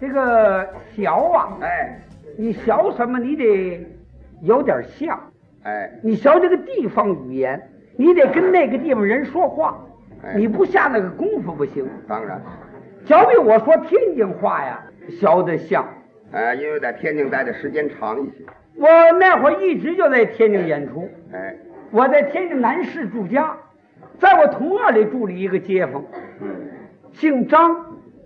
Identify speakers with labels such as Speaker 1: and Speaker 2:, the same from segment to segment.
Speaker 1: 这个小啊，
Speaker 2: 哎
Speaker 1: 你学什么？你得有点像，
Speaker 2: 哎
Speaker 1: 你学这个地方语言，你得跟那个地方人说话，
Speaker 2: 哎
Speaker 1: 你不下那个功夫不行。
Speaker 2: 当然，
Speaker 1: 小比我说天津话呀，学得像。
Speaker 2: 哎，因为在天津待的时间长一些，
Speaker 1: 我那会儿一直就在天津演出，
Speaker 2: 哎，
Speaker 1: 我在天津南市住家，在我同院里住了一个街坊，
Speaker 2: 嗯，
Speaker 1: 姓张，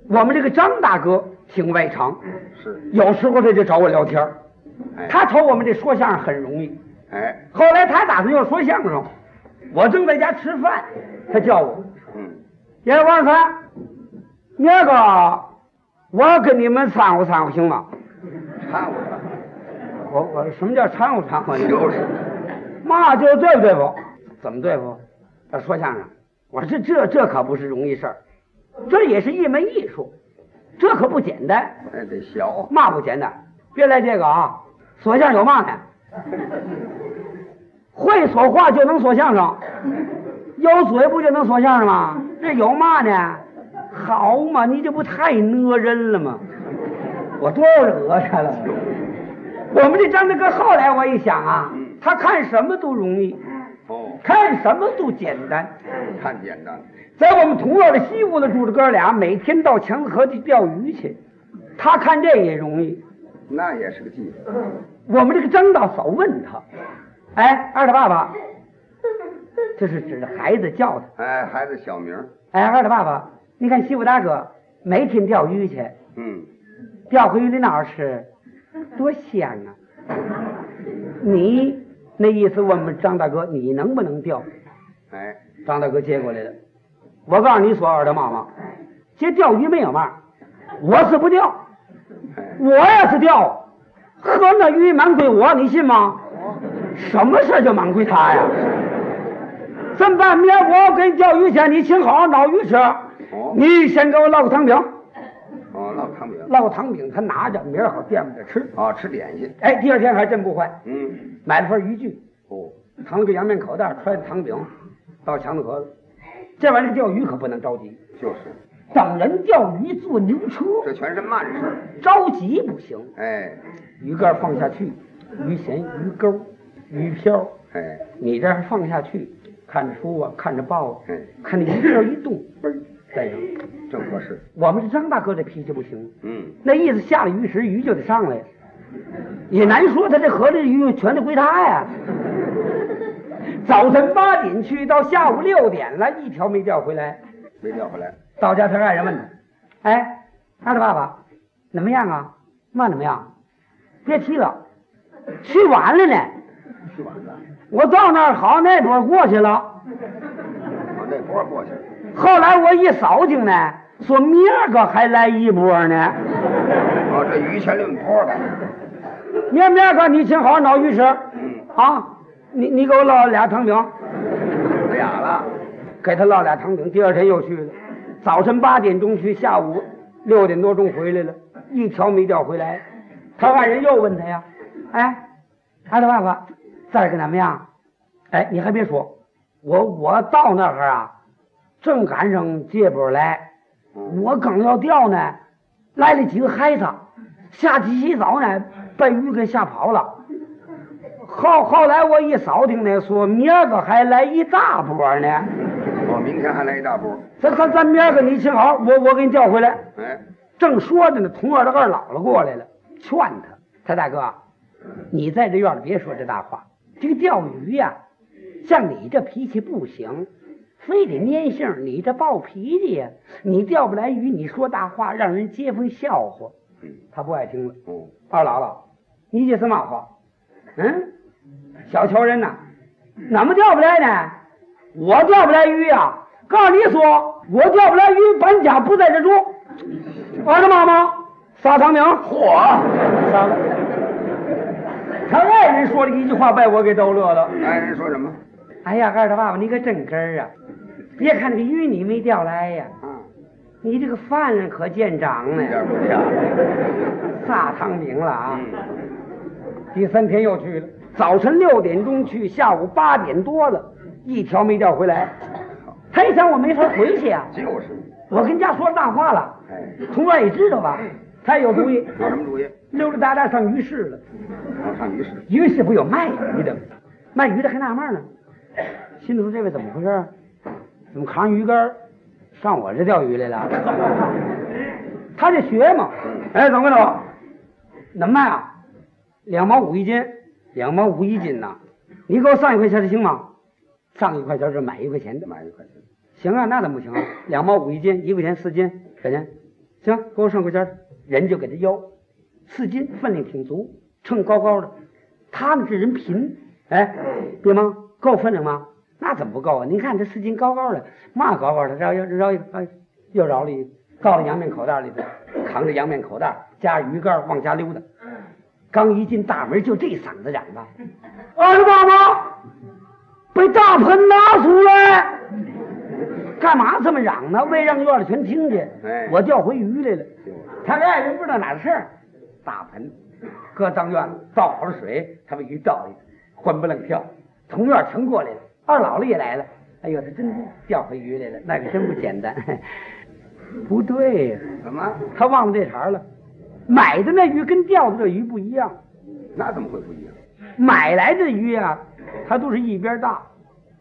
Speaker 1: 我们这个张大哥挺外长，
Speaker 2: 是，
Speaker 1: 有时候他就找我聊天儿
Speaker 2: 哎
Speaker 1: 他瞅我们这说相声很容易，
Speaker 2: 哎，
Speaker 1: 后来他打算要说相声，我正在家吃饭，他叫我，
Speaker 2: 嗯，
Speaker 1: 阎王三，那个我跟你们掺和掺和行吗？
Speaker 2: 掺和了，
Speaker 1: 我我什么叫掺和掺和呢？
Speaker 2: 就是，
Speaker 1: 嘛就对付对付，怎么对付？要说相声，我说这这这可不是容易事儿，这也是一门艺术，这可不简单，
Speaker 2: 哎，得小，
Speaker 1: 嘛不简单？别来这个啊，说相声有嘛呢？会说话就能说相声，有嘴不就能说相声吗？这有嘛呢？好嘛，你这不太讹人了吗？我多少讹他了？我们这张大哥后来我一想啊，他看什么都容易，
Speaker 2: 哦，
Speaker 1: 看什么都简单。
Speaker 2: 看简单，
Speaker 1: 在我们同院的西屋子住着哥俩，每天到强子河去钓鱼去，他看这也容易。
Speaker 2: 那也是个技术，
Speaker 1: 我们这个张大嫂问他：“哎，二大爸爸，这是指着孩子叫他。
Speaker 2: 哎，孩子小名儿，
Speaker 1: 哎，二大爸爸，你看西部大哥每天钓鱼去，
Speaker 2: 嗯，
Speaker 1: 钓回鱼鳞脑吃，多香啊！你那意思，我们张大哥，你能不能钓？”
Speaker 2: 哎，
Speaker 1: 张大哥接过来了。我告诉你，所有的妈妈，这钓鱼没有嘛，我是不钓，
Speaker 2: 哎，
Speaker 1: 我要是钓，喝那鱼满归我，你信吗？什么事儿就满归他呀？这么办，明儿我给你钓鱼去，你请好捞鱼吃。你先给我烙个糖饼，
Speaker 2: 哦，烙汤饼，
Speaker 1: 烙个糖饼，他拿着，明儿好惦记着吃。
Speaker 2: 啊，吃点心，
Speaker 1: 哎，第二天还真不坏，
Speaker 2: 嗯，
Speaker 1: 买了份渔具，
Speaker 2: 哦，
Speaker 1: 扛了个洋面口袋，揣着糖饼，到强子河了。这玩意儿钓鱼可不能着急，
Speaker 2: 就是，
Speaker 1: 等人钓鱼坐牛车，
Speaker 2: 这全是慢事儿，
Speaker 1: 着急不行。
Speaker 2: 哎，
Speaker 1: 鱼竿放下去，鱼弦、鱼钩、鱼漂，
Speaker 2: 哎，
Speaker 1: 你这放下去，看着书啊，看着报啊
Speaker 2: 嗯，
Speaker 1: 看着一片一动，嘣儿带上。
Speaker 2: 正合适，
Speaker 1: 我们这张大哥这脾气不行，
Speaker 2: 嗯，
Speaker 1: 那意思下了鱼时鱼就得上来，也难说他这河里的鱼全得归他呀。早晨八点去到下午六点了，一条没钓回来。
Speaker 2: 没钓回来，
Speaker 1: 到家他爱人问他：“哎，二大爸爸，怎么样啊？嘛怎么样？别提了，去晚了呢。
Speaker 2: 去晚了，
Speaker 1: 我到那儿好那波过去了。
Speaker 2: 啊，那波儿过去了，
Speaker 1: 后来我一扫听呢，说明儿个还来一波呢。
Speaker 2: 啊，这鱼全论波儿的，
Speaker 1: 明儿明儿个你请好脑鱼吃
Speaker 2: 嗯，
Speaker 1: 啊！你你给我烙俩糖饼，
Speaker 2: 俩了。
Speaker 1: 给他烙俩糖饼。第二天又去了，早晨八点钟去，下午六点多钟回来了，一条没钓回来。他爱人又问他呀，哎，二大爸爸，这儿可怎么样？哎，你还别说，我我到那儿啊，正赶上这波来，我刚要钓呢，来了几个孩子，下去洗澡呢，被鱼给吓跑了。后后来我一扫听呢，说明儿个还来一大波呢。
Speaker 2: 我哦明天还来一大波。
Speaker 1: 咱咱咱明儿个你请好，我我给你调回来。
Speaker 2: 哎，
Speaker 1: 正说着呢，同院的二姥姥过来了，劝他：“他大哥，你在这院里别说这大话。这个钓鱼呀、像你这脾气不行，非得粘性儿，你这暴脾气呀，你钓不来鱼，你说大话，让人街坊笑话。”
Speaker 2: 嗯，
Speaker 1: 他不爱听了。
Speaker 2: 哦，
Speaker 1: 二姥姥，你这是嘛话？嗯，小瞧人呐，怎么钓不来呢？我钓不来鱼呀、告诉你说，我钓不来鱼，搬家不在这住。儿子妈妈，撒糖饼，
Speaker 2: 嚯！
Speaker 1: 撒了。 他爱人说了一句话，把我给逗乐了。
Speaker 2: 哎，人说什么？
Speaker 1: 哎呀，二大爸爸，你可真根儿啊！别看这个鱼你没钓来呀，
Speaker 2: 啊，
Speaker 1: 你这个饭量可见长
Speaker 2: 一点
Speaker 1: 呢。
Speaker 2: 不下。
Speaker 1: 撒糖饼了啊！
Speaker 2: 嗯，
Speaker 1: 第三天又去了，早晨六点钟去，下午八点多了，一条没钓回来。他一想，我没法回去啊，
Speaker 2: 就是。
Speaker 1: 我跟家说大话了，
Speaker 2: 哎，
Speaker 1: 同院也知道吧？他有主意，
Speaker 2: 有什么主意？
Speaker 1: 溜溜达达上鱼市了。
Speaker 2: 我上鱼市，
Speaker 1: 鱼市不有卖鱼的吗？卖鱼的还纳闷呢，心里说这位怎么回事啊？怎么扛鱼竿儿上我这钓鱼来了？他这学嘛，哎，怎么走？能卖啊？两毛五一斤，两毛五一斤呐、你给我上一块钱的行吗？上一块钱是买一块钱的嘛？
Speaker 2: 买一块钱。
Speaker 1: 行啊，那怎么不行啊？两毛五一斤，一块钱四斤，可钱，行，给我上块钱儿，人就给他要四斤，分量挺足，秤高高的。他们这人贫，哎，别忙，够分量吗？那怎么不够啊？您看这四斤高高的，嘛高高的，绕一绕一个，哎，又绕了一个，到了洋面口袋里头，扛着洋面口袋加上鱼竿儿往家溜达。刚一进大门，就这嗓子嚷的：“二大妈，被大盆拿出来！”干嘛这么嚷呢？为让院里全听见。
Speaker 2: 哎
Speaker 1: 我钓回鱼来了
Speaker 2: 对。
Speaker 1: 他这爱人不知道哪儿的事儿，大盆，搁当院了，倒好了水，他把鱼倒里，欢不楞跳，同院全过来了。二姥姥也来了。哎呦，他真钓回鱼来了，那可真不简单。 不对呀、
Speaker 2: 怎么？
Speaker 1: 他忘了这茬儿了。买的那鱼跟钓的这鱼不一样，
Speaker 2: 那怎么会不一样？
Speaker 1: 买来的鱼啊，它都是一边大；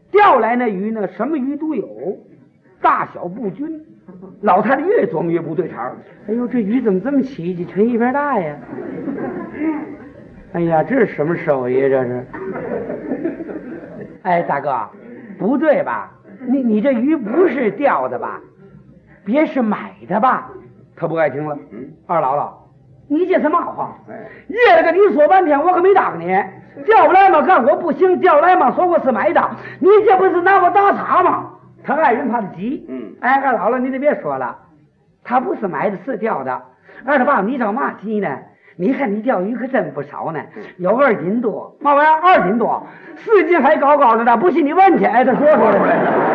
Speaker 1: 钓来那鱼呢，什么鱼都有，大小不均。老太太越琢磨越不对茬儿。哎呦，这鱼怎么这么奇迹，全一边大呀？ 哎呀，这是什么手艺？啊这是？ 哎，大哥，不对吧？你你这鱼不是钓的吧？别是买的吧？他不爱听了。
Speaker 2: 嗯
Speaker 1: 二姥姥，你这是嘛话？
Speaker 2: 哎，
Speaker 1: 夜了个你说半天，我可没打你。调不来嘛，干活不行；调来嘛，说我是买的。你这不是拿我当茶吗？他爱人怕他急，
Speaker 2: 嗯
Speaker 1: 哎，二姥姥，你得别说了，他不是买的，是钓的。二他爸，你找嘛急呢？你看你钓鱼可真不少呢，有二斤多，嘛玩意儿二斤多，四斤还高高的呢，不信你问去，哎，他说出来了。